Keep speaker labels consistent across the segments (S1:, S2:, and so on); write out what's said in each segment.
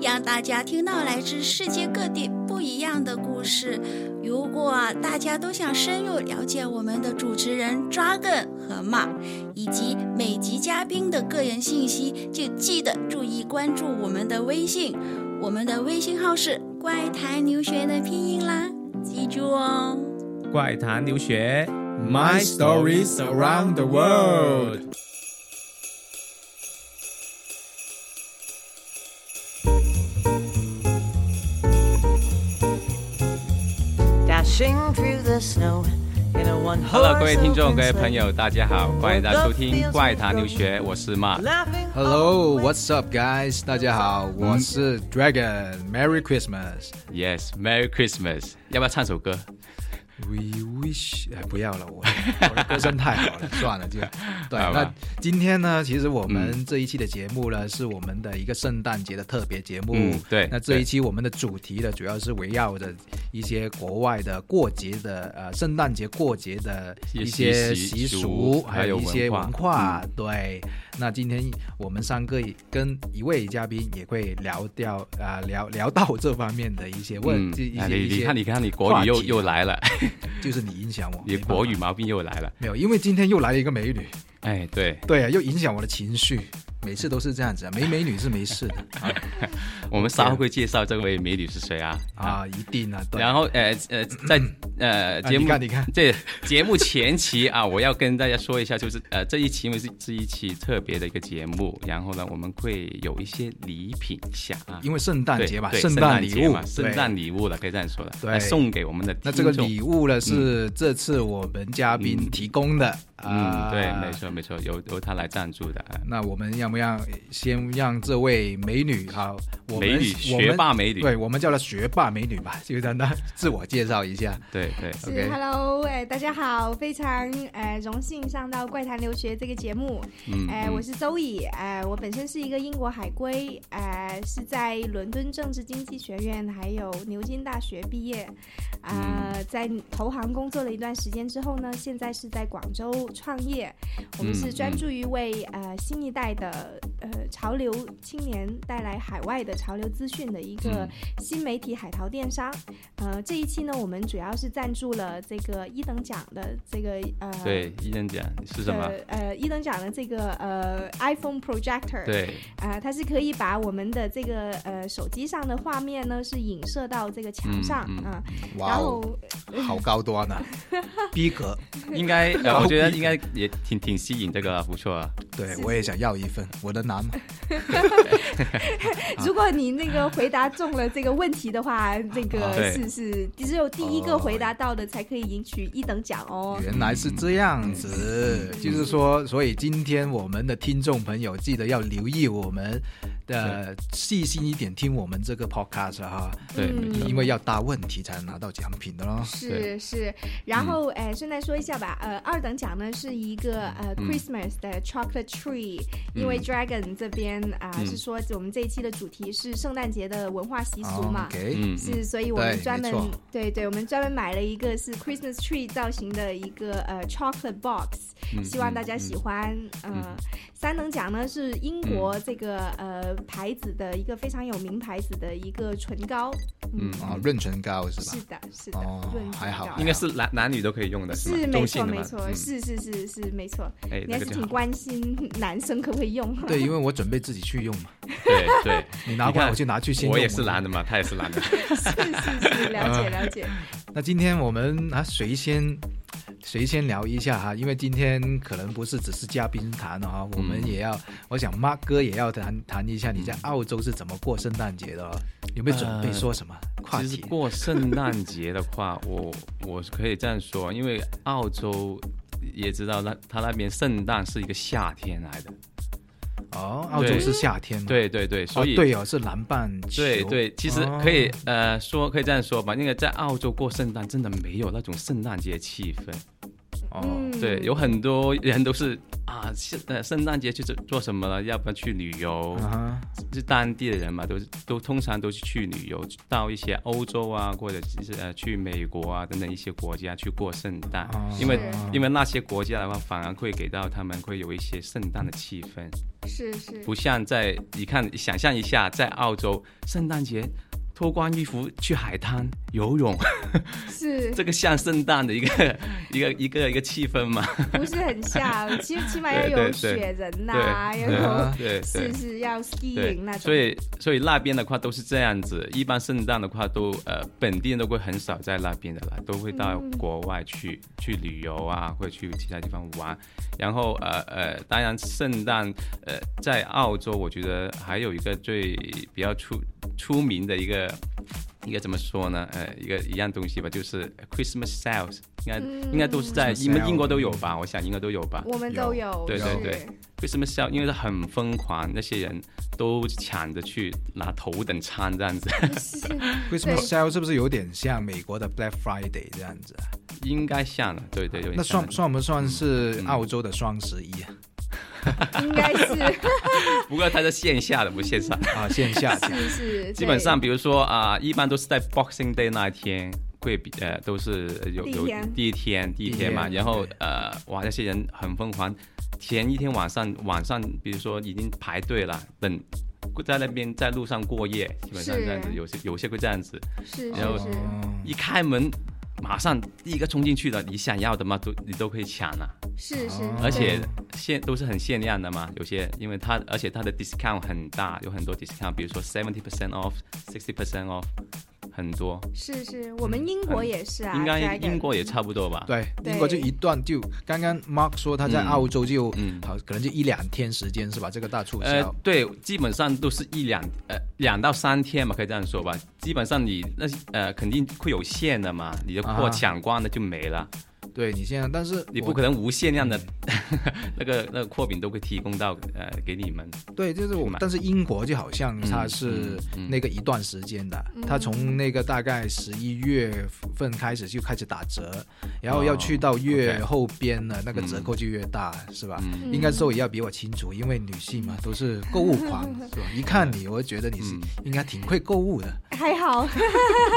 S1: 让大家听到来自世界各地不一样的故事。如果大家都想深入了解我们的主持人抓根和马以及每集嘉宾的个人信息，就记得注意关注我们的微信。我们的微信号是“怪谈留学”的拼音啦，记住哦。
S2: 《怪谈留学》
S3: My stories around the world。
S4: Dashing through the snow in a one
S2: Hello，各位
S4: horse
S2: 听
S4: open
S2: 众、各位
S4: sleigh.
S2: 朋友，大家好，欢迎大家收听《怪谈留学》，我是 Mark。
S4: Laughing all the way
S3: Hello，What's up, guys？大家好，我是 Dragon，Merry Christmas。
S2: Yes，Merry Christmas。要不要唱首歌？
S3: We wish，哎，不要了，我 我的歌声太好了，算了就。对，
S2: 好
S3: 那
S2: 吧嗯
S3: 今天呢，其实我们这一期的节目呢，是我们的一个圣诞节的特别节目。
S2: 嗯对
S3: 那这
S2: 对
S3: 一期我们的主题呢，主要是围绕着一些国外的过节的呃，圣诞节过节的
S2: 一
S3: 一些
S2: 些习
S3: 习
S2: 俗
S3: 俗，
S2: 还
S3: 还
S2: 有
S3: 有一些
S2: 文化嗯
S3: 文化。对，那今天我们三个跟一位嘉宾也会聊掉啊、聊聊到这方面的一些问，这一
S2: 哎
S3: 些
S2: 你
S3: 一
S2: 你
S3: 些
S2: 看，你看，你国
S3: 话
S2: 语又
S3: 题啊
S2: 又来了，
S3: 就是你影响我，
S2: 你
S3: 没办法
S2: 国语毛病又来了。
S3: 没有，因为今天又来了一个美女，
S2: 哎，对，
S3: 对啊，又影响我的情绪。每次都是这样子啊，没美女是没 事的啊
S2: 我们稍后会介绍这位美女是谁啊？
S3: 啊，一定啊，对
S2: 然后呃呃，在呃
S3: 啊
S2: 节目、
S3: 你看你看
S2: 这节目前期啊，我要跟大家说一下，就是呃这一期因为是是一期特别的一个节目，然后呢我们会有一些礼品下啊，
S3: 因为圣诞
S2: 对
S3: 节嘛，
S2: 对
S3: 圣
S2: 圣
S3: 诞
S2: 节
S3: 礼物
S2: 嘛，，圣
S3: 对
S2: 诞礼物了，可以这样说的，
S3: 对
S2: 来送给我们的
S3: 那这个
S2: 听众
S3: 礼物呢是这次我们嘉宾提供的啊，
S2: 嗯，对，没。错没错，由由他来赞助的，啊
S3: 那我们要不要先让这位美女好，我们
S2: 美女
S3: 我们
S2: 学霸美女
S3: 对我们叫她学霸美女吧， 就让 她自我介绍一下。
S2: 对对。
S5: 是
S3: OK
S5: Hello，哎、大家好，非常呃荣幸上到《怪谈留学》这个节目，
S2: 嗯
S5: 哎、
S2: 嗯
S5: 我是周乙，哎、我本身是一个英国海归，哎、是在伦敦政治经济学院还有牛津大学毕业，
S2: 嗯
S5: 啊、在投行工作了一段时间之后呢，现在是在广州创业，我们
S2: 嗯
S5: 是专
S2: 嗯
S5: 注于为、呃新一代的呃潮流青年带来海外的潮流资讯的一个新媒体海淘电商。呃，这一期呢，我们主要是赞助了这个一等奖的这个呃，
S2: 对，一人讲是什么？
S5: 呃呃一等奖的这个呃 iPhone projector，，
S2: 对，
S5: 啊、它是可以把我们的这个呃手机上的画面呢，是影射到这个墙上啊、
S2: 嗯嗯
S3: 哇
S5: 然
S3: 哦，
S5: 后
S3: 好高端 啊，逼格。
S2: 应该，呃我觉得应该也挺挺吸引这个，不错啊。
S3: 对，我也想要一份，我的难吗？
S2: 啊
S5: 如果你那个回答中了这个问题的 话，那
S2: 啊
S5: 个
S2: 对
S5: 是是只有第一个回答到的才可以赢取一等奖哦。
S3: 原来是这样子，就是说，所以今天我们的听众朋友记得要留意我们的细心一点，听我们这个 podcast 哈，
S2: 对，没
S5: 嗯
S2: 错
S3: 因为要答问题才能拿到奖品的咯。
S2: 对
S5: 是是，
S3: 嗯
S5: 然后哎、呃顺带说一下吧，呃，二等奖呢是一个呃
S3: 嗯
S5: Christmas 的 Chocolate Tree，、因为 Dragon 这边啊、
S2: 嗯
S5: 是说我们这一期的主题是圣诞节的文化习俗嘛。
S3: 哦 OK，
S2: 嗯，嗯
S5: 是，所以我们
S3: 对
S5: 专
S3: 没
S5: 门
S3: 错
S5: 对对，我们专门买了一个是 Christmas tree 造型的一个呃 chocolate box，
S2: 嗯
S5: 希望
S2: 嗯
S5: 大家
S2: 嗯
S5: 喜欢。
S3: 嗯
S5: 呃，三等奖呢是英国这个呃牌子的一个非常有名牌子的一个唇膏，嗯，
S3: 啊，润唇膏是吧
S5: 是？的，是的，
S3: 哦
S5: 润唇
S3: 还好
S5: 膏
S2: 应该是男男女都可以用的，吗
S5: 是没
S2: 中性
S5: 错
S2: 的嘛
S5: 没错，
S2: 嗯
S5: 是是是是没错，
S2: 哎，
S5: 你
S2: 那
S5: 还
S2: 个
S5: 是
S2: 就
S5: 挺
S2: 好。
S5: 关心男生可不可以 用。啊
S3: 对，因为我准备自己去用嘛，
S2: 对 对，
S3: 你拿过
S2: 你看
S3: 来我就拿去先用。
S2: 我也是男。的嘛，他也是男的。
S5: 是是是，了
S2: 嗯
S5: 解了解。
S3: 那今天我们啊，谁先？谁先聊一下哈？因为今天可能不是只是嘉宾谈啊，我们也
S2: 嗯
S3: 要，我想 Mark 哥也要谈谈一下你在澳洲是怎么过圣诞节的哦，有没有准备
S2: 呃
S3: 说什么话
S2: 其实
S3: 题？
S2: 过圣诞节的话，我我是可以这样说，因为
S3: 嗯
S2: 澳洲也知道那他那边圣诞是一个夏天来的，
S3: 哦，澳洲是夏天嘛，
S2: 对对对，
S3: 哦，
S2: 所以、
S3: 对哦，是南半球，哦
S2: 对对，其实可以、呃说可以这样说吧，因为在澳洲过圣诞真的没有那种圣诞节气氛。
S3: 哦，
S5: 嗯
S3: 哦，
S2: 对，有很多人都是啊，圣呃圣诞节去做做什么了？要不然去旅游，
S3: 啊哈，
S2: 是当地的人嘛，都是都通常都是去旅游，到一些欧洲啊，或者是呃去美国啊等等一些国家去过圣诞，
S3: 哦
S2: 因为
S5: 是
S2: 因为那些国家的话，反而会给到他们会有一些圣诞的气氛，
S5: 是是，
S2: 不像在你看想象一下，在澳洲圣诞节脱光衣服去海滩游泳，
S5: 是
S2: 这个像圣 诞的一个 一个一个一个气氛嘛？
S5: 不是很像？起起码要
S2: 对
S5: 有
S2: 对对
S5: 雪人
S2: 对
S5: 呐，要
S2: 对 嗯
S5: 有
S3: 啊
S2: 对对
S5: 是。是要
S2: 对
S5: skiing 那，种，
S2: 所以所以那边的话都是这样子，一般圣诞的话都呃本地人都会很少在那边的啦，都会到
S5: 嗯
S2: 国外去、去旅游啊，或者去其他地方玩。然后呃呃，当然圣诞呃在澳洲，我觉得还有一个最比较出出名的一个。一个怎么说呢？呃，一个一样东西吧，就是 Christmas sales，应该、应该都是在
S3: Christmas
S2: 你们英国
S3: sale
S2: 都有吧？我想应该都有吧。
S5: 我们都
S3: 有
S5: 有，
S2: 对
S3: 对
S5: 是
S2: 对为什么笑？因为他很疯狂，那些人都抢着去拿头等舱这样子，
S5: 是
S3: ，Christmas sale 是不是有点像美国的 Black Friday 这样子啊？
S2: 应该像了，对对，有点
S3: 那
S2: 像
S3: 算算不算是
S2: 嗯
S3: 澳洲的双十一啊？
S5: 应该是
S2: 不过他是线下的，不是线上。
S3: 啊，线下这样
S5: 是是，
S2: 基本
S5: 对
S2: 上，比如说啊、一般都是在 Boxing Day 那一天会比呃都是有
S5: 第一
S2: 有
S5: 天
S2: 第一天第一天嘛，
S3: 第一天
S2: 然后
S3: 对
S2: 呃哇那些人很疯狂，前一天晚上晚上比如说已经排队了，等在那边在路上过夜，基本上
S5: 是
S2: 这样子，有些有些会这样子，
S5: 是是
S2: 然后
S5: 是，
S3: 哦
S2: 一开门，马上第一个冲进去的，你想要的嘛，都你都可以抢啊，
S5: 是是，
S3: 哦
S2: 而且限都是很限量的嘛，有些因为它，而且它的 discount 很大，有很多 discount，比如说 seventy percent off、sixty percent off，很多，
S5: 是是，我们英国
S2: 嗯
S5: 也是啊，
S2: 应该
S5: Dragon
S2: 英国也差不多吧？，
S3: 对，
S5: 对
S3: 英啊国就一段就刚刚 Mark 说他在
S2: 嗯
S3: 澳洲就
S2: 嗯
S3: 好，可能就一两天时间是吧？这个大促
S2: 呃
S3: 销，，
S2: 对，基本上都是一两呃两到三天嘛，可以这样说吧。基本上你那呃肯定会有限的嘛，你的货
S3: 啊
S2: 抢光了就没了，
S3: 对你现在，但是
S2: 你不
S3: 我
S2: 可能无限量的、 那个那个货品都会提供到呃给你们。
S3: 对，就是我
S2: 去买，
S3: 但是英国就好像它是
S2: 嗯嗯
S3: 那个一段时间的，它从那个大概十一月份开始就开始打折，然后要去到月
S2: OK
S3: 后边呢，那个
S2: 嗯
S3: 折扣就越大，是吧？
S2: 嗯
S3: 应该说也要比我清楚，因为女性嘛都是购物 狂，是吧？一看你，我就觉得你是
S2: 嗯
S3: 应该挺会购物的。
S5: 还好，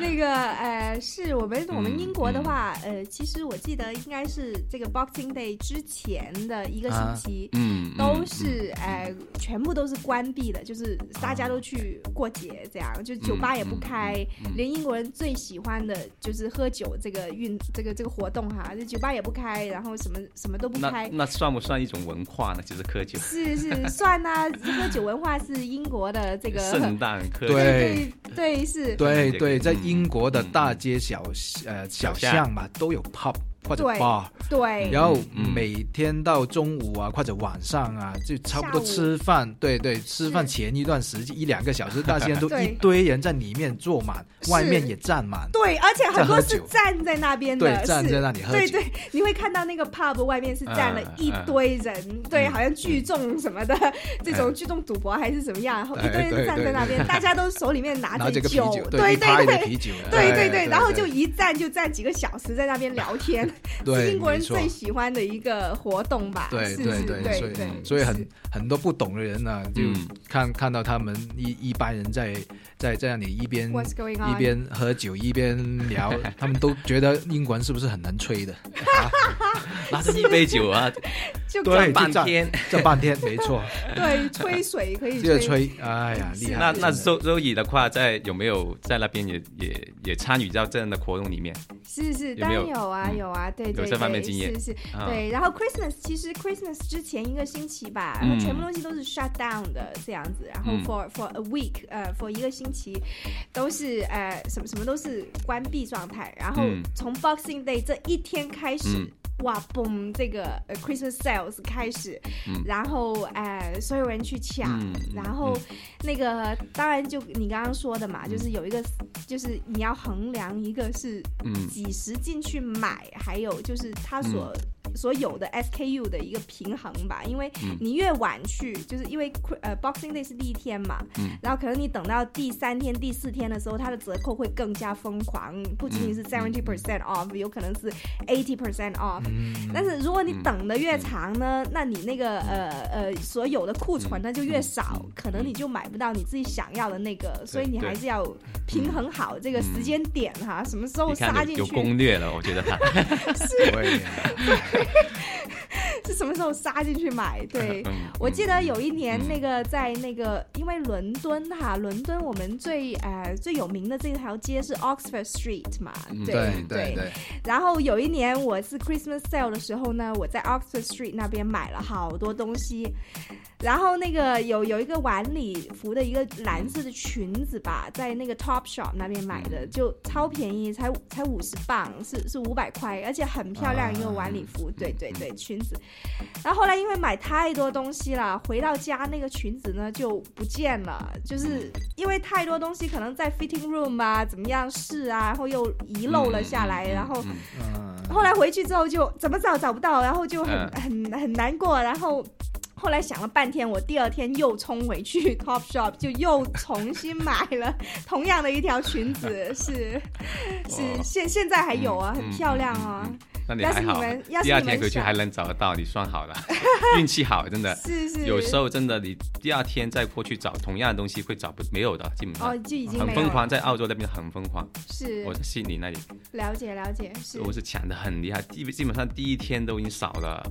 S5: 那个呃，是我们我们
S2: 嗯
S5: 英国的话，呃，其实我记得应该是这个 Boxing Day 之前的一个星
S3: 啊
S5: 期，
S2: 嗯，
S5: 都
S2: 嗯
S5: 是呃，全部都是关闭的，就是大家都去过节，这样就酒
S2: 嗯
S5: 吧也不开，连英国人最喜欢的就是喝酒这个运这个这个活动哈，这酒吧也不开，然后什么什么都不
S2: 那
S5: 开。
S2: 那嗯算不算一种文化呢？就是喝酒，
S5: 是是，算呐、 喝酒文化是英国的这个，
S2: 圣诞喝酒，
S5: 对对对是，
S3: 对
S2: 这个
S3: 对，在
S2: 嗯
S3: 英国的
S2: 嗯
S3: 大街小呃小
S2: 小巷
S3: 巷嘛，都有 pub 或者
S5: 对
S3: bar。
S5: 对，
S3: 然后
S2: 嗯
S3: 每天到中午啊，或者晚上啊，就差不多
S5: 下午
S3: 吃饭，对对，吃饭前一段时间一两个小时，大家都
S5: 对
S3: 一堆人在里面坐满，
S5: 是
S3: 外面也站满，
S5: 对，而且很
S3: 在
S5: 多
S3: 喝
S5: 是
S3: 酒
S5: 站在那边的，
S3: 对站
S5: 是
S3: 在那里喝
S5: 对
S3: 酒
S5: 对，你会看到那个 pub 外面是站了
S2: 嗯
S5: 一
S2: 嗯
S5: 堆人，对，
S2: 嗯
S5: 好像聚众什么的，这种聚众赌博还是怎么样，然后一
S3: 对嗯哎
S5: 堆人
S3: 对
S5: 站在
S3: 对
S5: 那边，大家都手里面拿
S3: 拿
S5: 着
S3: 这个啤酒，
S5: 对
S3: 一拍的
S5: 对。
S3: 啤酒，哎
S5: 对
S3: 对
S5: 对，然后就一站就站几个小时，在那边聊天，是
S3: 对
S5: 英国人
S3: 没错
S5: 最喜欢的一个活动吧？
S3: 对
S5: 是
S3: 对
S5: 是
S3: 对
S5: 对
S3: 所以
S5: 对，
S3: 所以
S5: 是
S3: 很很多不懂的人呢，就
S2: 嗯
S3: 看看到他们一一般人在在在那里一边
S5: What's going on？
S3: 一边喝酒一边聊，他们都觉得英国人是不是很能吹的？
S2: 拿着 一杯酒啊，
S5: 就
S3: 对
S5: 对
S2: 站半
S3: 就站
S2: 天。
S3: 这半天没错，
S5: 对吹水 可以
S3: 接着吹，哎呀，厉害！
S2: 那那
S3: 真的
S2: 周周乙的话，在有没有在那边也也也参与到这样的活动里面？
S5: 是是，
S2: 有
S5: 当
S2: 没
S5: 然
S2: 有
S5: 有啊
S2: 嗯
S5: 有啊，对
S2: 有
S5: 对
S2: 这方面
S5: 对
S2: 经验
S5: 是是，
S2: 啊
S5: 对。然后 Christmas 其实 Christmas 之前一个星期吧，然后
S2: 嗯
S5: 全部东西都是 shut down 的这样子，然后
S2: 嗯
S5: for for a week，呃，for 一个星期都是呃什么什么都是关闭状态，然后
S2: 嗯
S5: 从 Boxing Day 这一天开始
S2: 嗯。
S5: 哇嘣！这个呃 Christmas sales 开始，
S2: 嗯
S5: 然后呃，所有人去抢，
S2: 嗯嗯
S5: 然后、那个当然就你刚刚说的嘛，就是有一个，就是你要衡量一个是
S2: 嗯
S5: 几时进去买，还有就是他所所有的 SKU 的一个平衡吧，因为
S2: 嗯
S5: 你越晚去，就是因为 Cri- 呃 Boxing Day 是第一天嘛，
S2: 嗯
S5: 然后可能你等到第三天、第四天的时候，它的折扣会更加疯狂，不仅
S2: 嗯
S5: 仅是 seventy percent off，有可能是 eighty percent off。但是如果你等的越长呢，
S2: 嗯
S5: 那你那个呃呃所有的库存呢就越少，可能你就买不到你自己想要的那个，所以你
S2: 嗯对
S5: 还是要平衡好这个时间点哈，什么时候
S2: 你嗯看
S5: 杀
S2: 有
S5: 进
S2: 有
S5: 去。
S2: 攻略了，我觉得 哈，
S3: 对，
S5: 是什么时候杀进去买？ 对
S2: 嗯，
S5: 我记得有一年
S2: 嗯
S5: 那个在那个，因为伦敦哈，伦敦我们最呃最有名的这条街是 Oxford Street 嘛，
S2: 嗯
S5: 对
S3: 对对对，
S5: 然后有一年我是 Christmas sale 的时候呢，我在 Oxford Street 那边买了好多东西，然后那个有有一个晚礼服的一个蓝色的裙子吧，在那个 Top Shop 那边买的，就超便宜，才才五十磅，是是五百块，而且很漂
S2: 啊
S5: 亮一个晚礼服，对对对，裙子。然后后来因为买太多东西了，回到家那个裙子呢就不见了，就是因为太多东西可能在 fitting room 啊怎么样试啊，然后又遗漏了下来，然后。
S2: 嗯
S3: 嗯，
S5: 后来回去之后就怎么找找不到，然后就很、
S2: 嗯
S5: 很很难过，然后。后来想了半天，我第二天又冲回去 Top Shop，就又重新买了 同样的一条 裙子，是是
S2: 哦
S5: 现现在还有啊，
S2: 嗯
S5: 很漂亮啊
S2: 嗯，那你
S5: 要是
S2: 还
S5: 你
S2: 好
S5: 们要，是
S2: 第二
S5: 你们
S2: 天回去
S5: 想
S2: 还能找得到，你算好 了，运气好，真的。
S5: 是是，
S2: 有时候真的，你第二天再过去找同样的东西会找不没有的，基本上
S5: 哦就已经
S2: 啊很
S5: 没有
S2: 疯狂，
S5: 了，
S2: 在澳洲那边很疯狂。
S5: 是
S2: 我在悉尼那里，
S5: 了解了解，是
S2: 我是抢的很厉害，基基本上第一天都已经少了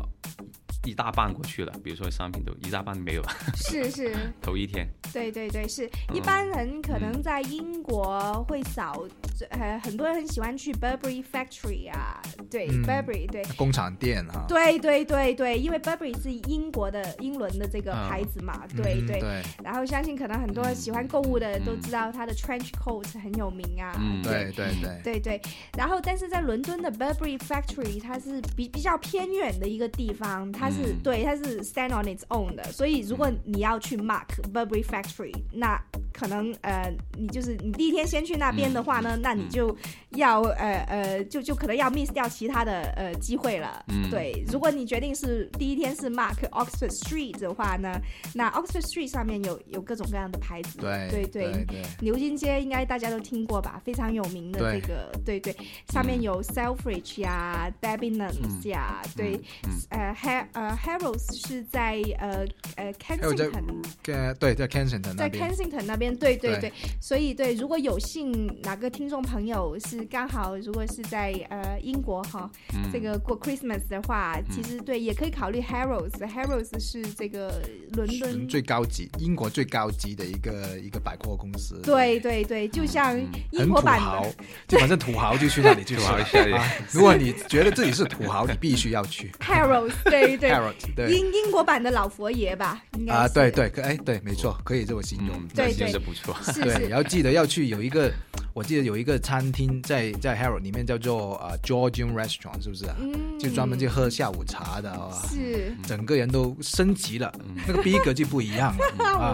S2: 一大半过去了，比如说商品都一大半没有了，
S5: 是 是，
S2: 头一 天。
S5: 对对对，是
S2: 嗯
S5: 一般人可能在英国会扫，呃，很多人很喜欢去 Burberry Factory 啊，对、
S3: 嗯
S5: Burberry，对，
S3: 工厂店哈，
S5: 对对对对，因为 Burberry 是英国的英伦的这个
S2: 嗯
S5: 牌子嘛，
S3: 嗯
S5: 对对。
S3: 对
S5: 然后相信可能很多喜欢购物的
S2: 嗯
S5: 都知道它的 trench coat 很有名啊。
S2: 嗯
S3: 对对对，
S5: 对对，然后但是在伦敦的 Burberry Factory，它是比比较偏远的一个地方，它是、
S2: 嗯
S5: 对它是 stand on its own 的，所以如果你要去 mark Burberry Factory，那可能呃你就是你第一天先去那边的话
S2: 嗯
S5: 呢，那你就要呃呃就就可能要 miss 掉其他的呃机会了。
S2: 嗯
S5: 对，如果你决定是第一天是 mark Oxford Street 的话呢，那 Oxford Street 上面有有各种各样的牌子，对
S3: 对对对，
S5: 牛津街应该大家都听过吧，非常有名的
S3: 对嗯
S5: 这个，对对，下面有 Selfridge 呀、Debenhams 呀、对，
S3: 嗯
S5: 呃 Har 呃 Harrods 是在呃呃
S3: 还哎有在
S5: Kensington。
S3: 呃对在 Kensington 那
S5: 在
S3: 边，
S5: Kensington 那边，对对对，
S3: 对
S5: 所以对，如果有幸哪个听众朋友是刚好，如果是在呃英国哈，
S3: 嗯
S5: 这个过 Christmas 的话，其实对也可以考虑 Harrods，Harrods 是这个伦敦
S3: 最高级英国最高级的一个一个百货公司，
S5: 对对对，就像英
S3: 嗯很
S5: 国
S3: 土
S5: 版
S3: 豪
S5: 的，
S3: 就反正土豪就去那里去
S2: 土豪
S3: 玩。
S2: 去那里
S3: 啊如果你觉得自己是土豪，你必须要去
S5: Harrods，对对
S3: Harrods，对
S5: 英英国版的老佛爷吧，应该
S3: 啊，
S5: 是
S3: 对，对，可哎对，没错，可以这么形容
S2: 嗯，。那
S5: 对
S2: 真
S5: 对
S2: 的不 错。
S5: 是
S3: 对，
S5: 是
S3: 然后记得要去有一个，我记得有一个餐厅在在 Harrow 里面叫做呃 Georgian Restaurant，是不是啊？
S5: 嗯
S3: 就专门去喝下午茶的哦，
S5: 是，
S2: 嗯
S3: 整个人都升级了，那个逼格就不一样了啊。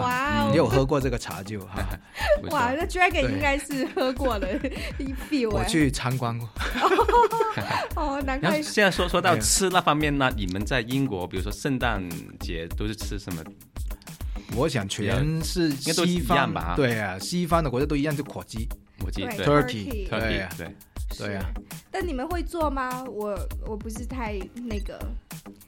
S3: 你
S5: 哇哦，
S3: 有喝过这个茶就哈？
S2: 不错
S5: 哇，那 Dragon
S3: 对
S5: 应该是喝过的 一 feel
S3: 我
S5: 哎
S3: 去参观过，
S5: 哦，难
S2: 然
S5: 怪
S2: 后现在说说到
S3: 哎呀
S2: 吃那方面，那你们在英国，比如说圣诞节都是吃什么？
S3: 我想全是
S2: 该都
S3: 西
S2: 一样吧
S3: 方，对啊，西方的国家都一样，就火鸡，
S2: 我记得
S5: 对
S2: 对
S3: Turkey，
S2: 特
S3: 对啊
S2: 地对，
S3: 对啊，
S5: 但你们会做吗？我我不是太那个，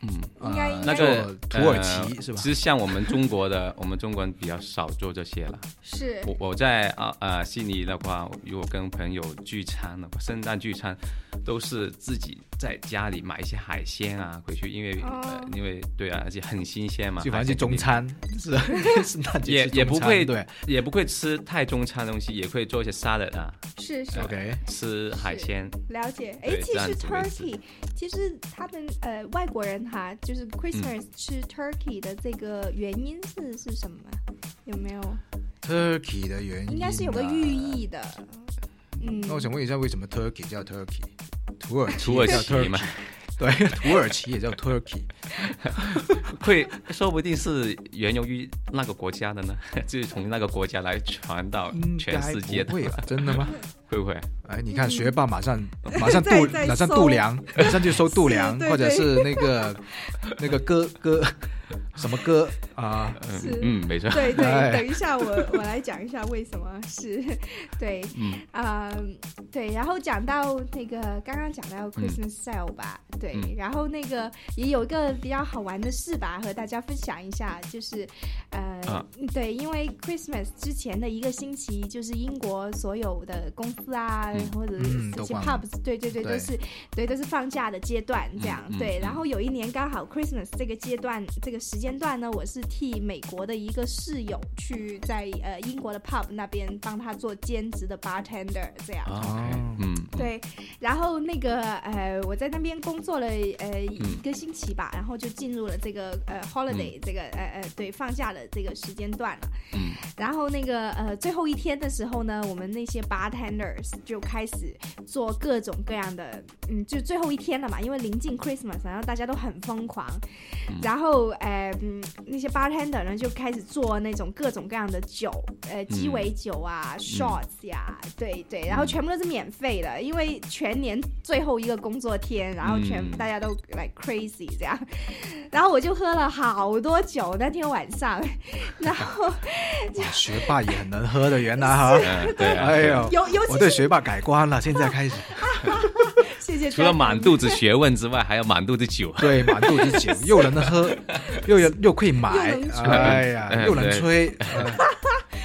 S2: 嗯，
S5: 应该
S3: 呃
S5: 应
S2: 那
S5: 该
S2: 个
S3: 做土耳其
S2: 呃
S3: 是吧
S2: 其实像我们中国的， 我们中国人比较少做这些了。
S5: 是
S2: 我我在啊呃悉尼的话，如果跟朋友聚餐的话，圣诞聚餐都是自己在家里买一些海鲜啊回去，因为、
S5: 哦
S2: 呃因为对啊，而且很新鲜嘛，
S3: 就反正
S2: 海鲜
S3: 就中餐，是 啊，圣诞节
S2: 也
S3: 吃中餐
S2: 也不会
S3: 对
S2: 肯定，也不会吃太中餐的东西，也会做一些 salad 啊，
S5: 是是。
S3: ，OK，
S2: 吃海鲜，
S5: 了解，哎，
S2: 对
S5: 其
S2: 这样
S5: 实
S2: 子为止
S5: turkey，其实他们呃外国人哈，就是
S3: 嗯
S5: Christmas 吃 turkey 的这个原因是是什么？有没有？
S3: Turkey 的原因啊
S5: 应该是有个寓。意的，嗯，
S3: 那我想问一下，为什么 Turkey 叫 Turkey？土耳其
S2: 土耳
S3: 也叫
S2: 其
S3: Turkey
S2: 嘛，
S3: 对，土耳其也叫 Turkey，
S2: 会说不定是源由于那个国家的呢， 就是从那个国家来传到
S3: 应
S2: 全
S3: 该
S2: 世界
S3: 不
S2: 的，
S3: 会吧？真 的吗？
S2: 会不会？
S3: 哎，你看学霸马上马上度
S5: 在在
S3: 马上
S5: 搜
S3: 度量，马上就收度量，
S5: 对
S3: 或者是那个那个歌歌什么歌啊？
S5: 是
S2: 嗯嗯，没错，
S5: 对对
S3: 哎，
S5: 等一下我我来讲一下为什么是，对，
S2: 嗯
S5: 啊、对，然后讲到那个刚刚讲到
S2: 嗯
S5: Christmas sale 吧，对，
S2: 嗯
S5: 然后那个也有一个比较好玩的事吧，和大家分享一下，就是呃，
S2: 啊
S5: 对，因为 Christmas 之前的一个星期，就是英国所有的公司啊，
S2: 嗯
S5: 或者
S3: 嗯
S5: 这
S3: 都
S5: 些
S3: 关了
S5: pubs，对对对，
S3: 对
S5: 都是对都是放假的阶段这样，
S2: 嗯嗯
S5: 对，
S2: 嗯
S5: 然后有一年刚好 Christmas 这个阶段这个时间段呢，我是替美国的一个室友去在呃英国的 pub 那边帮他做兼职的 bartender 这样。
S2: OK，
S3: 哦
S2: 嗯，嗯，
S5: 对，然后那个呃，我在那边工作了呃
S2: 嗯
S5: 一个星期吧，然后就进入了这个呃 holiday、这个呃呃对放假的这个时间段了。
S2: 嗯
S5: 然后那个呃最后一天的时候呢，我们那些 bartenders 就开始做各种各样的，嗯，就最后一天了嘛，因为临近 Christmas，然后大家都很疯狂，
S2: 嗯
S5: 然后呃嗯那些 bartender 呢就开始做那种各种各样的酒，呃鸡
S2: 嗯
S5: 尾酒啊、shots 呀、对对，然后全部都是免费的，因为全年最后一个工作天，然后全、
S2: 嗯
S5: 大家都 like crazy 这样，然后我就喝了好多酒那天晚上， 然后。
S3: 哇，学霸也很能喝的，原来哈。
S2: 呃对啊，
S3: 哎
S2: 对啊
S3: 呦，
S5: 尤尤其
S3: 我对
S5: 是
S3: 学霸改观了，现在开始
S5: 谢谢。
S2: 除了满肚子学问之外，还有满肚子酒，
S3: 对满肚子酒，又能 喝，又能又可以买
S5: 又能，吹
S3: 哎呀，
S2: 哎
S3: 又能
S2: 对
S3: 吹。呃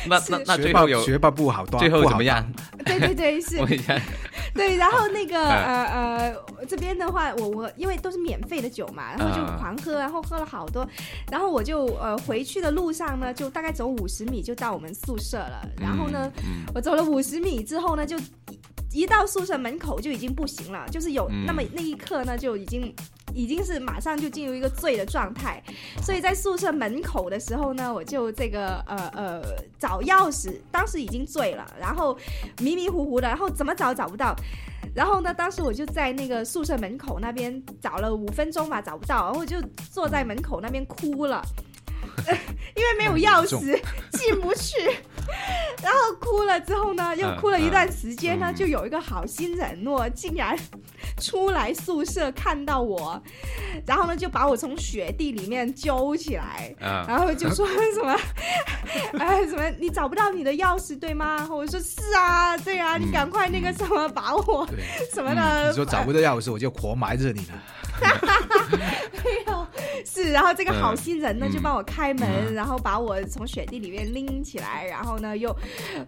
S2: 那那那
S3: 学
S2: 最
S3: 霸
S2: 后有
S3: 学霸不好端，
S2: 最后
S3: 不好
S2: 怎么样？
S5: 对对对，是
S2: 我一下，
S5: 对。然后那个呃
S2: 哎
S5: 呃，这边的话，我我因为都是免费的酒嘛，然后就
S2: 啊
S5: 狂喝，然后喝了好多，然后我就呃回去的路上呢，就大概走五十米就到我们宿舍了。然后呢，
S2: 嗯，
S5: 我走了五十米之后呢，就一一到宿舍门口就已经不行了，就是有
S2: 嗯
S5: 那么那一刻呢，就已经已经是马上就进入一个醉的状态，所以在宿舍门口的时候呢，我就这个呃呃找钥匙，当时已经醉了，然后迷迷糊糊的，然后怎么找找不到。然后呢，当时我就在那个宿舍门口那边找了五分钟吧，找不到，然后我就坐在门口那边哭了，因为没有钥匙，进不去。然后哭了之后呢，又
S2: 嗯
S5: 哭了一段时间呢，
S2: 嗯
S5: 就有一个好心人诺竟然出来宿舍看到我，然后呢就把我从雪地里面揪起来，
S2: 啊，
S5: 然后就说什么， 哎，什么你找不到你的钥匙对吗？然后我说是啊，对啊，你
S2: 嗯
S5: 赶快那个什么把我
S3: 对，
S5: 什么的，
S3: 你说找不到钥匙，我就活埋着你 了。
S5: 没有是，然后这个好心人呢、
S2: 嗯
S5: 就帮我开门，
S3: 嗯
S5: 然后把我从雪地里面拎起来，然后呢又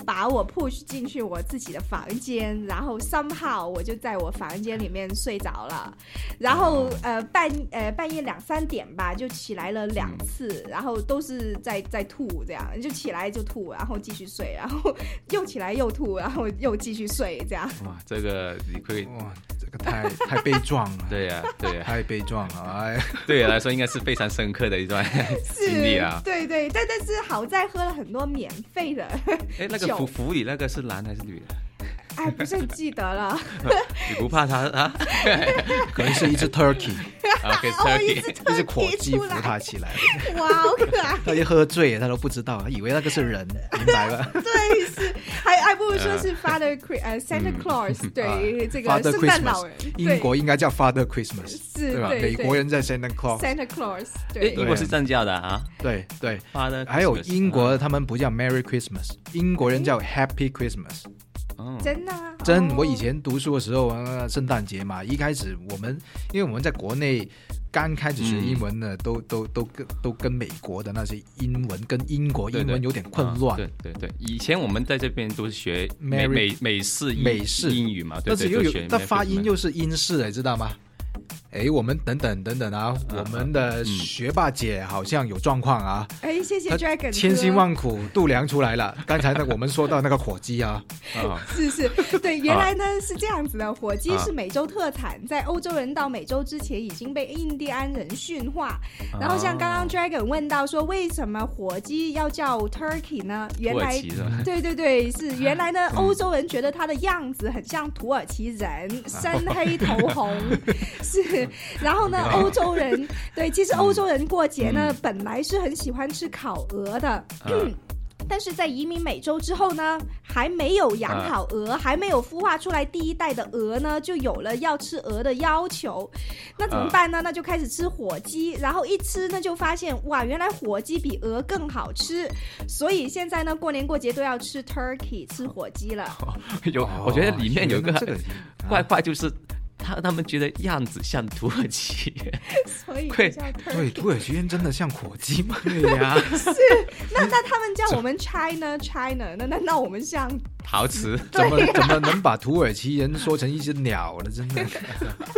S5: 把我 push 进去我自己的房间，然后 somehow 我就在我房间里面睡着了，然后、
S3: 哦
S5: 呃半呃半夜两三点吧就起来了两次，然后都是在在吐这样，就起来就吐，然后继续睡，然后又起来又吐，然后又继续睡 这样。
S3: 嗯
S2: 哇，这个你可以，
S3: 哇，这个太太悲壮了，
S2: 对呀，对呀，
S3: 太悲壮了，哎，
S2: 对我来说应该是非常深刻的一 段经历啊。
S5: 对对，但但是好在喝了很多免费的，
S2: 哎，那个
S5: 酒
S2: 服服里那个是男还是女的？啊
S5: 哎，不是很记得了。
S2: 你不怕他啊
S3: 可能是一只 turkey，
S2: ？OK，
S5: 哦，一只
S2: Turkey，
S3: 一只
S5: 特
S3: 火
S5: 贴
S3: 鸡
S5: 出
S3: 扶
S5: 来，
S3: 他起 来，
S5: 哇，好可爱！
S3: 他一喝醉了，他都不知道，他以为那个是人，明白吧？
S5: 对，是还还不如说是 Father Chri- 呃 Santa Claus，对
S3: 嗯 啊
S5: 这
S3: Father
S5: 个圣诞老人，
S3: Christmas，
S5: 对
S3: 英国应该叫 Father Christmas，
S5: 是
S3: 对吧？
S5: 对
S3: 美国人在 Santa Claus，
S5: Santa Claus，
S2: 哎，
S5: 对
S2: 英国是正教的啊，
S3: 对对。
S2: 发的。
S3: 还有英国，他们不叫 Merry Christmas，英国人叫 Happy Christmas。
S2: 嗯，
S5: 真的啊
S3: 真
S5: 哦，
S3: 我以前读书的时候，呃，圣诞节嘛，一开始我们，因为我们在国内刚开始学英文呢，
S2: 嗯
S3: 都都都跟都跟美国的那些英文跟英国
S2: 对
S3: 英文有点混乱，
S2: 对啊对对，以前我们在这边都是学美
S3: Merry-
S2: 美美式英
S3: 美式
S2: 英语嘛，对
S3: 但是
S2: 对，
S3: 又
S2: 都
S3: 有
S2: 学
S3: 那
S2: Merry
S3: 发音
S2: Christmas
S3: 又是英式的，知道吗？哎，我们等等等等啊，我们的学霸姐好像有状况啊，
S2: 嗯
S5: 哎，谢谢
S3: 她
S5: Dragon，哥
S3: 千辛万苦度量出来了。刚才呢，我们说到那个火鸡啊，
S2: 啊，
S5: 是 是，对，原来呢是这样子的，火鸡
S2: 啊
S5: 是美洲特产，在欧洲人到美洲之前已经被印第安人驯化。然后像
S3: 啊
S5: 刚刚 Dragon 问到说，为什么火鸡要叫 Turkey 呢？ 原
S2: 土耳
S5: 来
S2: 其 是吧？
S5: 对对对，是原来呢，欧洲人觉得他的样子很像土耳其人，深黑头红，是是。然后呢，欧洲人对，其实欧洲人过节呢，本来是很喜欢吃烤鹅的。
S2: 嗯
S5: 但是在移民美洲之后呢，还没有养好鹅，还没有孵化出来第一代的鹅呢，就有了要吃鹅的要求。那怎么办呢？那就开始吃火鸡，然后一吃呢就发现哇，原来火鸡比鹅更好吃。所以现在呢，过年过节都要吃 turkey 吃火鸡了。
S2: 有， 我觉得里面有一个
S3: 哦这个
S2: 怪怪，就是他他们觉得样子像土耳其，
S5: 所以
S2: 对
S5: 就叫 turkey。
S3: 对土耳其人真的像火鸡 吗？
S2: 对呀，
S5: 那那他们叫我们 China China，那难道我们像
S2: 陶 瓷。
S3: 怎么怎么能把土耳其人说成一只鸟呢？ 真的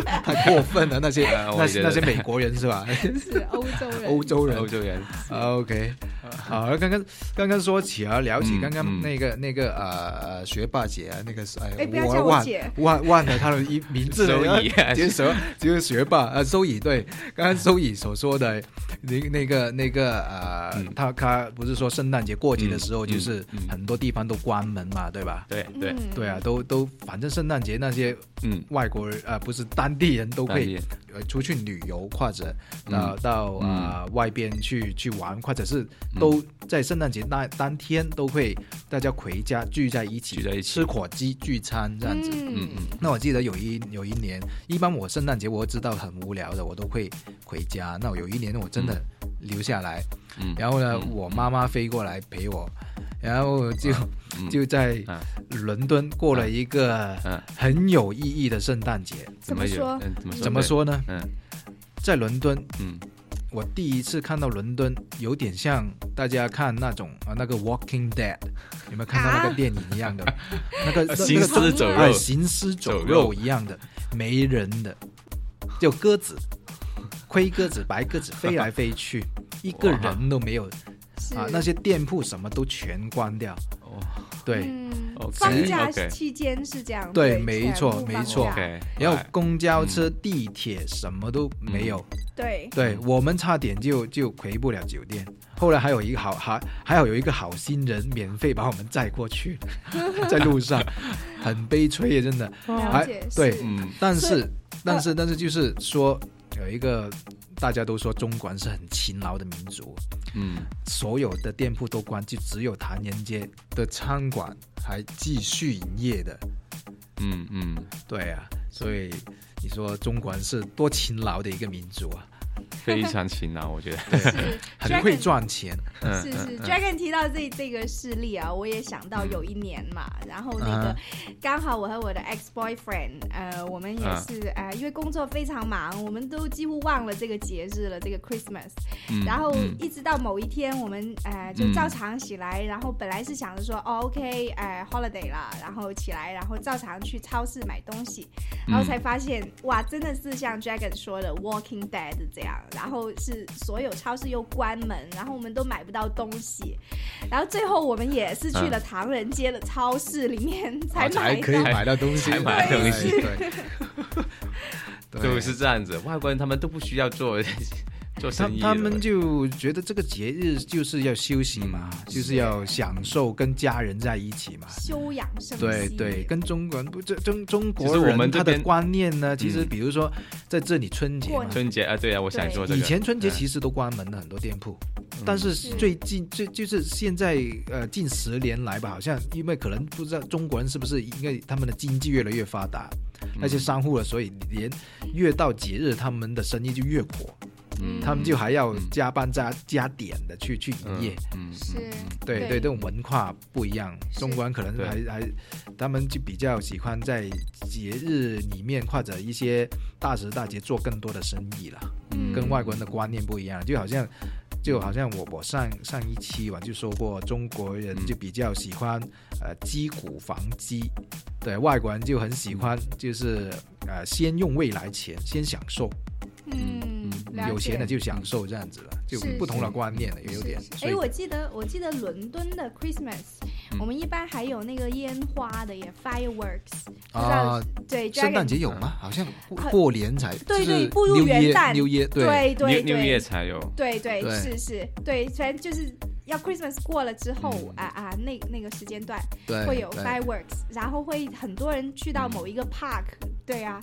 S3: 太过分了！那些
S2: 呃 我
S3: 那
S2: 也觉
S3: 些
S2: 得
S3: 那些美国人是 吧？
S5: 是欧洲 人？
S3: 欧洲人啊
S2: 欧洲人，
S3: OK，好，刚刚刚刚说起啊，聊起
S2: 嗯
S3: 刚刚
S2: 嗯
S3: 那个、那个呃呃学霸姐啊，那个是
S5: 哎
S3: 哎，
S5: 不要
S3: 我
S5: 叫我
S3: 忘
S5: 姐
S3: 忘忘了她的一名字了，
S2: 周乙
S3: 然后就是什么就是学霸呃周乙对，刚刚周乙所说的那那个那个呃，
S2: 嗯
S3: 他他不是说圣诞节过节的时候，
S2: 嗯
S3: 就是
S2: 嗯嗯
S3: 很多地方都关门嘛，对吧？
S2: 对对，
S5: 嗯
S3: 对啊，都都反正圣诞节那些
S2: 嗯，
S3: 外国人呃不是当地人都可
S2: 当
S3: 以
S2: 地人
S3: 呃出去旅游，或者
S2: 嗯
S3: 到、到
S2: 嗯
S3: 啊、呃外边去去玩，或者是都在圣诞节那当天都会大家回家聚在一起，
S2: 聚在一起
S3: 吃火鸡聚餐这样子。
S2: 嗯嗯
S3: 那我记得有一有一年，一般我圣诞节我知道很无聊的，我都会回家。那我有一年我真的留下来，
S2: 嗯，
S3: 然后呢，
S2: 嗯
S3: 我妈妈飞过来陪我，然后就、
S2: 嗯
S3: 就在
S2: 啊
S3: 伦敦过了一个
S2: 嗯，
S3: 很有意义的圣诞节。
S5: 怎么
S2: 有
S5: 说？
S2: 嗯，怎么说？
S3: 怎么？说呢？
S2: 嗯
S3: 在伦敦，
S2: 嗯
S3: 我第一次看到伦敦，有点像大家看那种啊那个《Walking Dead》，有没有看到那
S5: 啊
S3: 个电影一样 的？那个那
S2: 行尸走
S3: 那个
S2: 肉
S3: 哎行尸走
S2: 走
S3: 肉
S2: 肉
S3: 一样的，没人的，就鸽子，灰鸽子、白鸽子飞来飞 去，一个人都没有
S5: 是
S3: 啊！那些店铺什么都全关掉，
S2: 哦
S3: 对。
S5: 嗯
S2: OK，
S5: 放假
S2: OK
S5: 期间是这样，
S3: 对
S5: 对，
S3: 没
S5: 全部
S3: 错
S5: 放
S3: 没
S5: 假
S3: 错
S2: ，OK，
S3: 然后
S2: 来
S3: 公交车、地铁什么都没有，
S2: 嗯
S5: 对，
S3: 对我们差点就就回不了酒店，后来还有一个好还还有有一个好心人免费把我们载过 去，在路上很悲催啊耶，真的。
S5: 了
S3: 还
S5: 解，
S3: 哎对
S5: 是
S2: 嗯
S3: 但
S5: 所以呃
S3: 是但是但是就是说有一个大家都说中国人是很勤劳的民族，
S2: 嗯
S3: 所有的店铺都关，就只有唐人街的餐馆还继续营业的。
S2: 嗯 嗯，
S3: 对啊，所以你说中国人是多勤劳的一个民族啊，
S2: 非常勤劳，我觉得。
S5: 是
S3: 很
S5: Dragon-
S3: 会赚钱。
S2: 嗯
S5: 是
S2: 嗯
S5: 是
S2: 嗯
S5: ，Dragon 提到这这个事例啊，我也想到有一年嘛，然后那个
S3: 啊
S5: 刚好我和我的 ex boyfriend，呃，我们也
S3: 嗯
S2: 啊
S5: 是呃，因为工作非常忙，我们都几乎忘了这个节日了，这个 Christmas。
S2: 嗯
S5: 然后
S2: 嗯
S5: 一直到某一天，我们呃就
S2: 嗯
S5: 照常起来，然后本来是想着说，
S3: 嗯
S5: 哦，OK，呃，holiday 啦，然后起来，然后照常去超市买东西，
S3: 嗯
S5: 然后才发现，哇，真的是像 Dragon 说的 Walking Dead 这样，然后是所有超市又关门，然后我们都买不到东西，然后最后我们也是去
S3: 嗯
S5: 了唐人街的超市里面才买
S3: 啊可以
S5: 到。
S3: 买到东西，
S2: 才买
S5: 到东
S2: 西
S3: 对，对
S2: 都是这样子，外国人他们都不需要做 做
S3: 他
S2: 生意的，
S3: 他们就觉得这个节日就是要休息嘛，就是要享受跟家人在一起嘛。
S5: 休养生息，
S3: 对对，跟中国人不这中中国
S2: 其实
S3: 人
S2: 我们
S3: 他
S2: 这
S3: 的
S2: 边
S3: 观念呢，其实
S2: 嗯
S3: 比如说在这里春节嘛
S5: 过年
S2: 春节啊，对啊，我想说这个。
S3: 以前春节
S2: 嗯
S3: 其实都关门了很多店铺，嗯但是
S5: 是
S3: 最近最就是现在呃近十年来吧，好像因为可能不知道中国人是不是因为他们的经济越来越发达，嗯那些商户了，所以连越到节日他们的生意就越火，
S5: 嗯
S3: 他们就还要
S2: 嗯
S3: 加班加加点的去去营业。
S2: 嗯，嗯
S5: 是，
S3: 对对，
S5: 对
S3: 这种文化不一样，
S5: 是
S3: 中国人可能
S2: 对
S3: 还还，他们就比较喜欢在节日里面或者一些大时大节做更多的生意了。
S5: 嗯
S3: 跟外国人的观念不一样，就好像就好像我我上上一期吧就说过，中国人
S2: 嗯
S3: 就比较喜欢呃击鼓防饥，对外国人就很喜欢
S5: 嗯
S3: 就是呃先用未来钱，先享受，
S5: 嗯，了解
S3: 有钱了就享受这样子了，就是不同的观念了，也有点
S5: 是。是
S3: 所
S5: 哎，
S3: 以嗯
S5: 我记得我记得伦敦的 Christmas，、我们一般还有那个烟花的耶，fireworks，不哎知道、
S3: 啊
S5: 对，
S3: 圣诞
S5: Dragon-
S3: 节有吗？
S2: 嗯
S3: 好像过
S5: 很
S3: 过年才，就
S5: 对
S3: 是
S5: 对步入
S3: New
S5: 元
S3: Year-
S5: 旦
S3: New Year 对
S5: 对对
S2: 六
S5: 对
S2: 六月才有，
S5: 对对
S3: 对
S5: 是是，对，反正就是要 Christmas 过了之后、啊啊，那那个时间段
S3: 对
S5: 会有
S3: 嗯对嗯
S5: fireworks，然后会很多人去到某一个 park。对啊，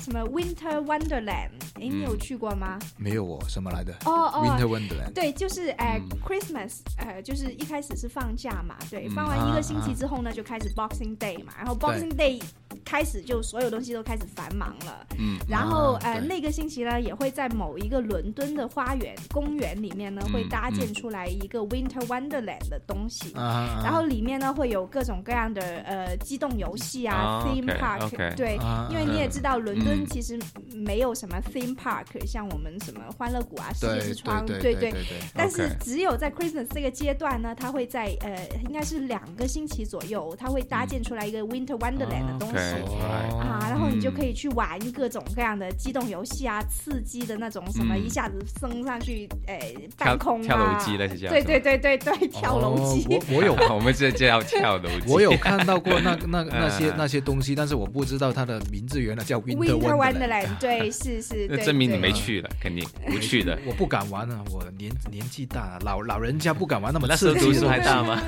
S5: 什么 Winter Wonderland，哎，你有去过吗？
S3: 没有我什么来的
S5: 哦哦
S3: 嗯，Winter Wonderland。
S5: 对，就是呃、
S2: 嗯
S5: c h r i s t m a s 呃，就是一开始是放假嘛，对，
S2: 嗯
S5: 放完一
S3: 啊
S5: 个星期之后呢，就开始 Boxing Day 嘛，然后 Boxing Day 开始就所有东西都开始繁忙了，
S2: 嗯，
S5: 然后、
S3: 啊
S5: 呃
S3: 对
S5: 那个星期呢，也会在某一个伦敦的花园公园里面呢，会
S2: 嗯
S5: 搭建出来一个 Winter Wonderland 的东西。
S3: 啊啊
S5: 然后里面呢会有各种各样的呃机动游戏啊、
S2: 啊
S5: t h e m e
S2: OK，
S5: park，、
S2: OK
S5: 对，
S3: 啊
S5: 因为你也知道伦敦
S2: 嗯
S5: 其实没有什么 theme park，、像我们什么欢乐谷啊、世界
S3: 对
S5: 之窗，
S3: 对
S5: 对
S3: 对对，
S5: 但是
S2: OK
S5: 只有在 Christmas 这个阶段呢，它会在呃，应该是两个星期左右，它会搭建出来一个 Winter Wonderland 的东西。
S2: 嗯 OK
S3: 哦
S5: 啊，然后你就可
S2: 以
S5: 以去玩各种各样的机动游戏啊，刺激的那种什么
S2: 嗯
S5: 一下子升上去，哎，
S2: 跳
S5: 半空啊，
S2: 跳楼机类似这样
S5: 对
S2: 是
S5: 对对对对，跳楼机，
S3: 哦我我有
S2: 我们这叫跳楼机，
S3: 我有看到过那那那些
S2: 嗯
S3: 那些东西，但是我不知道它的名字原来叫 Winter
S5: Winter
S3: Wonderland。
S5: Wonderland，对，是是，
S2: 那
S5: 对
S2: 证明你
S5: 对
S2: 没去了，肯定不去 的。
S3: 我不敢玩啊，我年年纪大了，老老人家不敢玩那么
S2: 那时
S3: 刺
S2: 候
S3: 激
S2: 读
S3: 的
S2: 书还
S3: 东
S2: 大 吗？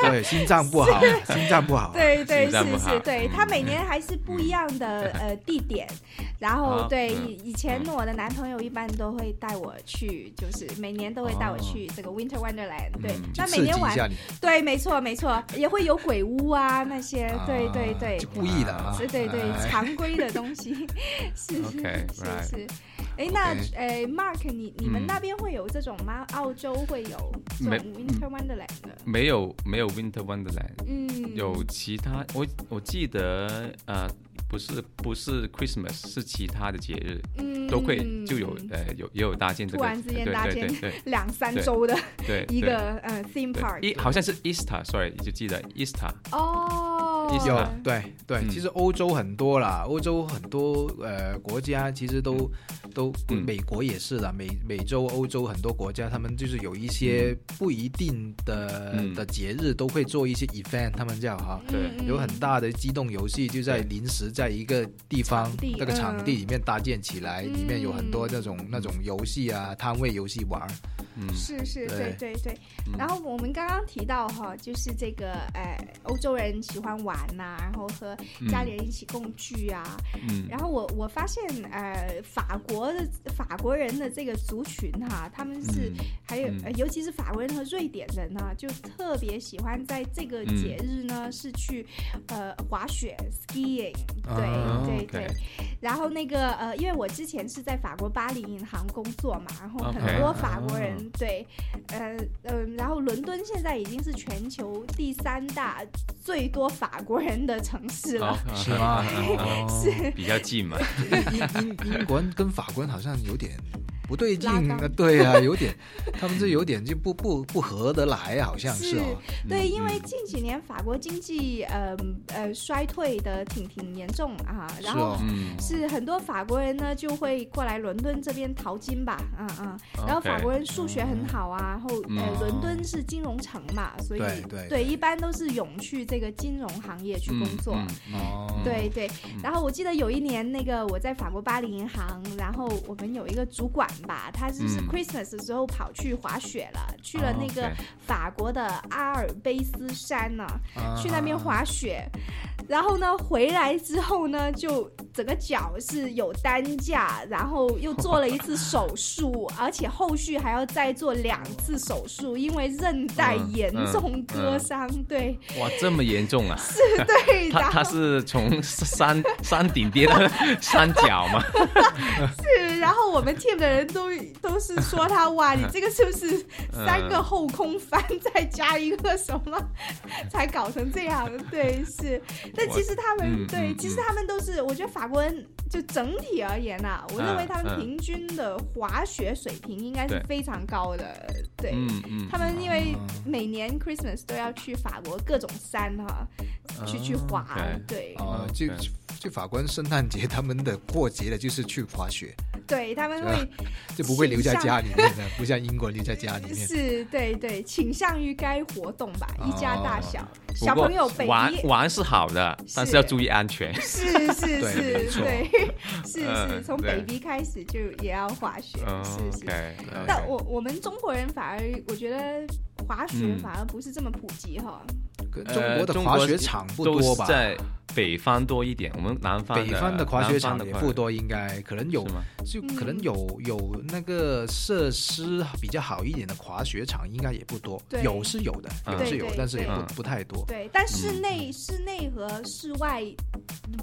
S3: 西，对，心脏不 好，心脏不好。
S5: 对
S2: 哦 心
S5: 对是
S2: 脏不
S5: 是，
S2: 好
S5: 对
S2: 嗯
S5: 他每年还是不一样 的呃地点，然后
S2: 好
S5: 对
S2: 嗯
S5: 以以前我的男朋友一般都会带我去，就是每年都会带我去这个 Winter Wonderland，对
S2: 哦嗯，
S5: 那每
S3: 刺激
S5: 年
S3: 一
S5: 玩
S3: 下你，
S5: 对，没错没错，也会有鬼屋啊那些，对对
S3: 啊
S5: 对
S3: 就，故意的啊，
S5: 对对对，
S3: 哎
S5: 常规的东西， 是 是
S2: OK，
S5: 是
S2: right
S5: 是。哎，那
S3: OK
S5: 哎，Mark，你你们
S2: 嗯
S5: 那边会有这种吗？澳洲会有这
S2: 没嗯
S5: 种 Winter Wonderland 的？
S2: 没有没有 Winter Wonderland，
S5: 嗯，
S2: 有其他，我我记得呃，不是不是 Christmas，是其他的节日
S5: 嗯，
S2: 都会就有呃有也有搭建这
S5: 突
S2: 个，
S5: 然之间
S2: 对
S5: 搭
S2: 对
S5: 建
S2: 对对
S5: 两三
S2: 对
S5: 周的
S2: 对，
S5: 一
S2: 对
S5: 个嗯 theme
S2: 对
S5: park
S2: 一好像是 Easter，sorry，就记得 Easter，
S5: 哦
S2: 一，
S3: 有
S2: 啊
S3: 对对，
S2: 嗯
S3: 其实欧洲很多啦，欧洲很多呃国家其实都都
S2: 嗯
S3: 美国也是啦，美美洲、欧洲很多国家，他们就是有一些不一定的
S2: 嗯
S3: 的节日都会做一些 event，他们叫哈。
S2: 对
S5: 嗯
S3: 有很大的机动游戏，就在
S2: 对
S3: 临时在一个地方
S5: 场地
S3: 那个场
S5: 嗯
S3: 地里面搭建起来，里面有很多
S5: 嗯
S3: 那种那种游戏啊，摊位游戏玩儿。
S2: 嗯
S5: 是是，对对对
S2: 嗯。
S5: 然后我们刚刚提到哈，就是这个呃，欧洲人喜欢玩呐、然后和
S3: 嗯
S5: 家里人一起共聚啊。
S2: 嗯
S5: 然后我我发现呃，法国的法国人的这个族群哈、他们是、
S2: 嗯
S5: 还有、呃
S2: 嗯
S5: 尤其是法国人和瑞典人呢、就特别喜欢在这个
S2: 嗯
S5: 节日呢、是去呃滑雪 skiing，对、
S3: 啊
S5: 对
S2: OK
S5: 对。然后那个呃，因为我之前是在法国巴黎银行工作嘛，然后很
S2: OK
S5: 多法国人、
S3: 啊
S5: 对，呃呃，然后伦敦现在已经是全球第三大最多法国人的城市了。
S2: 好，
S3: 是 吗？哦 是
S2: 哦比较近嘛，
S3: 英英英国人跟法国人好像有点不对劲
S5: 拉，
S3: 呃
S5: 杠
S3: 对啊，有点，他们这有点就不不不合得来，好像是哦。
S5: 对，
S2: 嗯
S5: 因为近几年法国经济呃呃衰退的挺挺严重啊，然
S3: 是
S5: 后
S3: 哦
S2: 嗯，
S5: 是很多法国人呢就会过来伦敦这边淘金吧，嗯嗯，然后法国人数学很好啊，然后
S2: 嗯
S5: 呃伦敦是金融城嘛，所以
S3: 对对
S5: 对一般都是涌去这个金融行业去工作。
S2: 嗯嗯
S3: 哦，
S5: 对对，然后我记得有一年，那个我在法国巴黎银行，然后我们有一个主管吧，他就是
S2: 嗯
S5: Christmas 的时候跑去滑雪了，去了那
S2: 哦
S5: 个
S2: ，OK
S5: 法国的阿尔卑斯山呢、
S3: 啊
S5: 去那边滑雪，然后呢回来之后呢，就整个脚是有担架，然后又做了一次手术，而且后续还要再做两次手术，因为韧带
S2: 嗯
S5: 严
S2: 嗯
S5: 重割
S2: 嗯
S5: 伤。对
S2: 哇，这么严重啊！
S5: 对，
S2: 他
S5: 然
S2: 他
S5: 后
S2: 是从山 山顶跌到 山脚嘛？
S5: 是，然后我们 team 的人都都是说他哇，你这个是不是三个
S2: 嗯
S5: 后空翻再加一个什么，才搞成这样？对，是。但其实他们、
S2: 嗯
S5: 对，
S2: 嗯
S5: 其实
S2: 嗯
S5: 他们都是，我觉得法国人就整体而言呐、我认为
S2: 嗯
S5: 他们
S2: 嗯
S5: 平均的滑雪水平应该是
S2: 对
S5: 非常高的，对。
S2: 嗯嗯
S5: 他们因为
S3: 哦
S5: 每年 Christmas 都要去法国各种山哈、去去滑，
S2: 嗯 OK
S5: 对
S3: 哦，就
S2: 嗯对
S3: 就法国人圣诞节他们的过节的就是去滑雪，
S5: 对，他们会
S3: 就不会留在
S5: 倾向
S3: 家里 面的，不像英国留在家里面。哦
S5: 是对对，倾向于该活动吧，一家大小，
S2: 不
S5: 小
S2: 过
S5: 朋友北
S2: 玩
S5: 移。
S2: 玩是好的，但是
S5: 是
S2: 要注意安全。
S5: 是是
S3: 对没
S5: 是，
S3: 错呃
S5: 对，是是，
S2: 嗯
S5: 从
S2: 对
S5: baby 开始就也要滑雪，
S3: 哦
S5: 是是。
S2: OK，
S5: 但我我们中国人反而我觉得滑雪
S2: 嗯
S5: 反而不是这么普及哈，
S3: 可中
S2: 呃
S3: 国的
S2: 中
S3: 滑
S2: 国
S3: 雪
S2: 是
S3: 场不
S2: 都
S3: 多
S2: 是
S3: 吧？
S2: 在北方多一点，我们南方
S3: 北方的滑
S2: 南
S3: 雪
S2: 方
S3: 场
S2: 的
S3: 也
S2: 快
S3: 不多，应该可能有
S2: 是吗？
S3: 就可能
S5: 嗯
S3: 有有那个设施比较好一点的滑雪场，应该也不多。
S5: 对
S3: 有是有的，
S2: 嗯
S3: 有是有
S5: 对，对
S3: 但是也
S2: 对
S3: 不不太多。
S5: 对，但室
S3: 嗯
S5: 内、室内和室外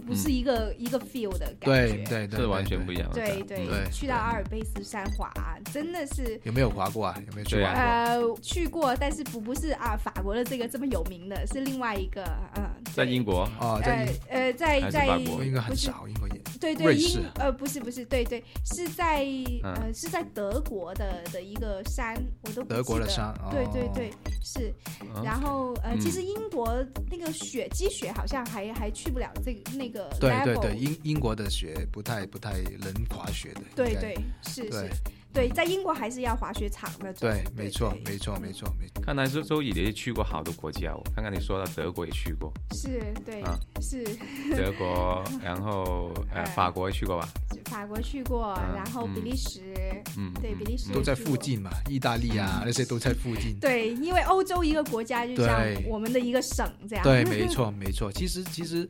S5: 不是一个、一个 feel 的感觉。
S3: 嗯对对对，
S2: 是完全不
S3: 对
S2: 一。样的。
S5: 对
S2: 嗯
S5: 对
S3: 对
S5: 去到阿尔卑斯山滑，真的是。
S3: 有没有滑过啊？有没有去
S2: 对
S3: 滑
S2: 啊
S3: 过？
S5: 呃，去过，但是不不是啊，法国的这个这么有名的，是另外一个，嗯，
S2: 在英国，
S3: 哦，在
S5: 呃
S3: 英
S5: 呃，在
S2: 还是
S5: 在
S2: 法国
S3: 国应该很
S5: 不是
S3: 少，英国也
S5: 对对，
S3: 瑞士
S5: 英呃不是不是，对对，是在、
S2: 嗯
S5: 呃是在德国的的一个山，我都不
S3: 德国
S5: 记
S3: 的
S5: 得
S3: 山
S5: 对
S3: 哦
S5: 对对是。
S2: 嗯
S5: 然后呃，其
S2: 嗯
S5: 实英国那个雪积雪好像还还去不了这个那个 level，
S3: 对对对，英英国的雪不太不太能滑雪的。
S5: 对
S3: 应该
S5: 对是是
S3: 对，
S5: 对，在英国还是要滑雪场那种，
S3: 对，没错
S5: 对
S3: 没错没错没错。
S2: 看来周周以也去过好多国家哦。刚刚你说到德国也去过，
S5: 是，对
S2: 啊
S5: 是
S2: 德国，然后呃
S5: 哎
S2: 法国也去过吧？
S5: 法国去过，
S2: 嗯
S5: 然后比
S2: 嗯
S5: 利时，
S2: 嗯，
S5: 对
S2: 嗯
S5: 比利时
S3: 都在
S5: 去
S3: 附
S5: 过
S3: 近嘛，意大利啊那些都在附近。
S5: 对，因为欧洲一个国家就像
S3: 对
S5: 我们的一个省这样。
S3: 对，没错，没错。其实，其实，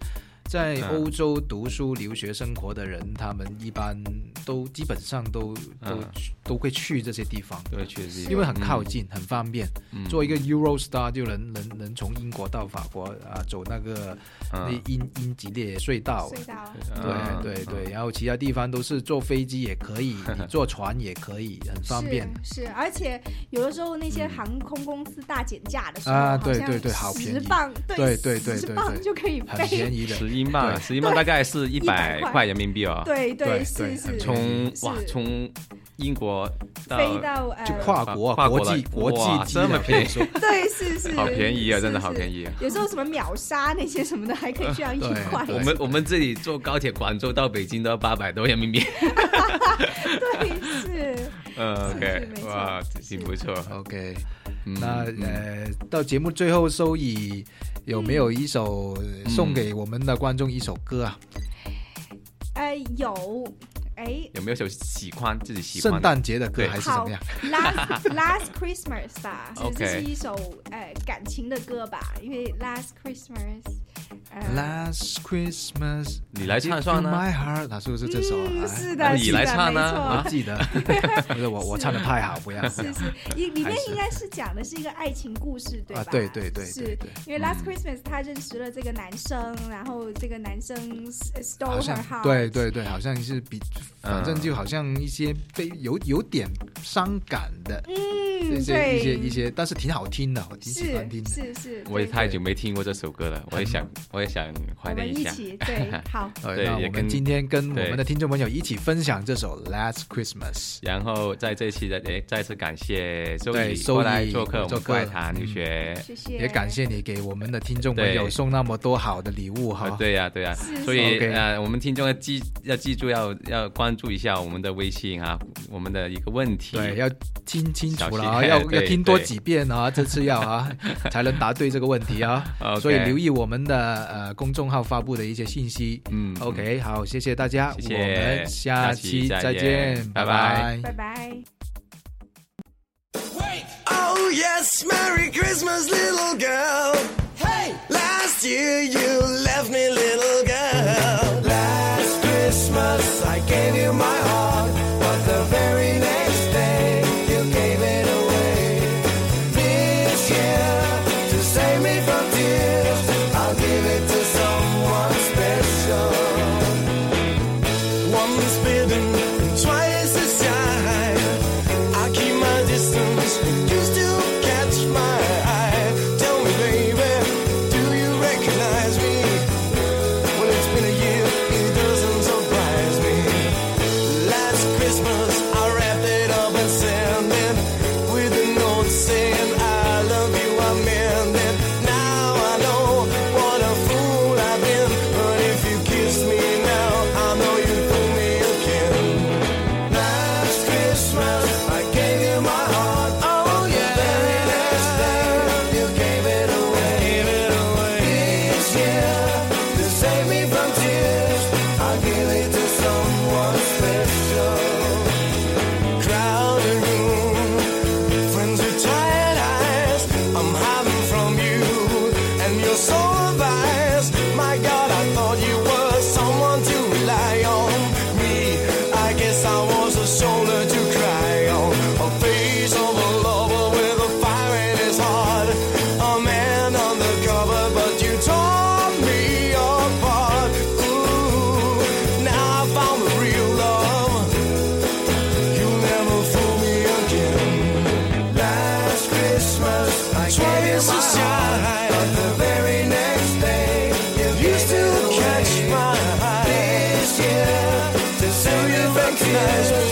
S3: 在
S2: 嗯
S3: 欧洲读书、留学、生活的人，他们一般都基本上都都
S2: 嗯
S3: 去都会去这些地方，
S2: 都会去的地方，
S3: 因为很靠近，很方便。
S2: 嗯
S3: 做一个 Eurostar 就能能能从英国到法国啊，走那个那
S2: 嗯
S3: 英英吉列隧道。
S5: 隧道
S2: 嗯
S3: 对对
S2: 嗯
S3: 对，然后其他地方都是坐飞机也可 以，你坐船也可以，很方便。嗯
S5: 是，是，而且有的时候那些航空公司大减价的时候，
S3: 啊
S5: 好
S3: 对
S5: 像
S3: 对对好便
S5: 十
S3: 宜
S5: 磅，
S3: 对对对
S5: 十
S3: 对
S5: 磅
S3: 对
S5: 就可以
S3: 很
S5: 飞。
S3: 便宜的，
S2: 十英镑，啊
S3: 对
S2: 十英镑大概是一
S5: 100
S2: 百
S5: 块
S2: 块人民币哦。
S5: 对
S3: 对
S5: 是
S3: 对
S5: 是
S3: 很，
S2: 从
S5: 是
S2: 哇从英国到
S5: 飞到呃，
S3: 就跨国啊
S2: 跨国
S3: 国际
S2: 来
S3: 国
S2: 哇
S3: 际机
S2: 这么
S3: 的
S2: 便宜
S3: 说
S5: 对是是，
S2: 好便宜啊，
S5: 是
S2: 真的好便。
S5: 是
S2: 宜啊。
S5: 有时候什么秒杀那些什么的，还可以去到一
S3: 对
S5: 块。
S3: 对
S2: 我们我们这里坐高铁，广州到北京都要八百多人民币。
S5: 对是，
S2: 嗯
S5: 是
S2: ，OK，
S5: 没错
S2: 哇，
S5: 是
S2: 挺不错。
S3: OK，
S2: 嗯
S3: 那
S2: 嗯
S3: 呃，到节目最后，收以有没有一首呃送给我们的观众一首歌啊？
S5: 呃，有，哎
S2: 有没有首喜欢自己喜
S3: 圣
S2: 欢的？
S3: 诞节的歌
S2: 对
S3: 还是怎
S5: 好
S3: 么样？
S5: ，Last Last Christmas 吧， 是这
S2: OK
S5: 是一首呃感情的歌吧，因为 Last Christmas，呃，
S3: Last Christmas，
S2: 你来唱算呢
S3: My Heart，他是不是这首啊？
S5: 嗯
S3: 哎
S5: 是
S2: 那
S5: 的，
S2: 你
S5: 是
S2: 来
S5: 的
S2: 唱
S5: 没
S2: 呢
S5: 错
S3: 我记得，不是我我唱的太好，不要不
S5: 是
S3: 要
S5: 是，里里面
S3: 还是
S5: 应该是讲的是一个爱情故事，对吧
S3: 啊？！对对对对
S5: 是
S3: 对，嗯
S5: 因为 Last Christmas 他认识了这个男生，然后这个男生呃 stole
S3: 好
S5: her
S3: 像
S5: heart，
S3: 对对对，好像是比，反正就好像一些被有有点伤感的这
S5: 嗯，
S3: 些
S5: 对，
S3: 一些一些，但是挺好听的，我挺喜欢听
S5: 是
S3: 的。
S5: 是是，
S2: 我也
S5: 对
S2: 太久没听过这首歌了，我也想，我也想怀
S5: 我
S2: 念
S5: 们一
S2: 下。
S5: 起对，好，
S3: 呃
S2: 对
S3: 那
S2: 也
S3: 我
S2: 跟
S3: 们今天跟我
S2: 对
S3: 们的听众朋友一起分享这首《Last Christmas》。
S2: 然后在这期的诶，再次感谢周
S3: 对
S2: 宇
S3: 周
S2: 过来
S3: 易
S2: 做客我
S3: 做
S2: 们
S3: 客
S2: 怪谈留学。
S5: 谢谢，
S3: 也感谢你给我们的听众朋友
S2: 对
S3: 送那么多嗯好的礼物哈
S2: 啊，。对呀、对呀、
S5: 是
S2: 所以
S3: OK
S2: 呃，我们呃听众要记要记住要要关注一下我们的微信啊，我们的一个问题，
S3: 对，要听清楚了
S2: 小
S3: 啊，
S2: 心
S3: 要
S2: 对
S3: 要听多
S2: 对
S3: 几遍啊，这次要 啊，才能答对这个问题啊。
S2: OK
S3: 所以留意我们的呃公众号发布的一些信息。
S2: 嗯
S3: OK，好，谢谢大家，
S2: 谢谢
S3: 我们下
S2: 下期
S3: 期
S2: 再
S3: 再
S2: 见
S3: 见，
S2: 拜
S3: 拜
S5: 拜拜。
S6: Oh yes, Merry Christmas, little girl. Hey, last year you left me, little girl. Last Christmas I gave you my heart, but the very next day you gave it away. This year, to save me from tears, I'll give it to someone special. Once bitten, twice as shy. I keep my distance, you still catch my eye. Tell me, baby, do you recognize me? Oh, nice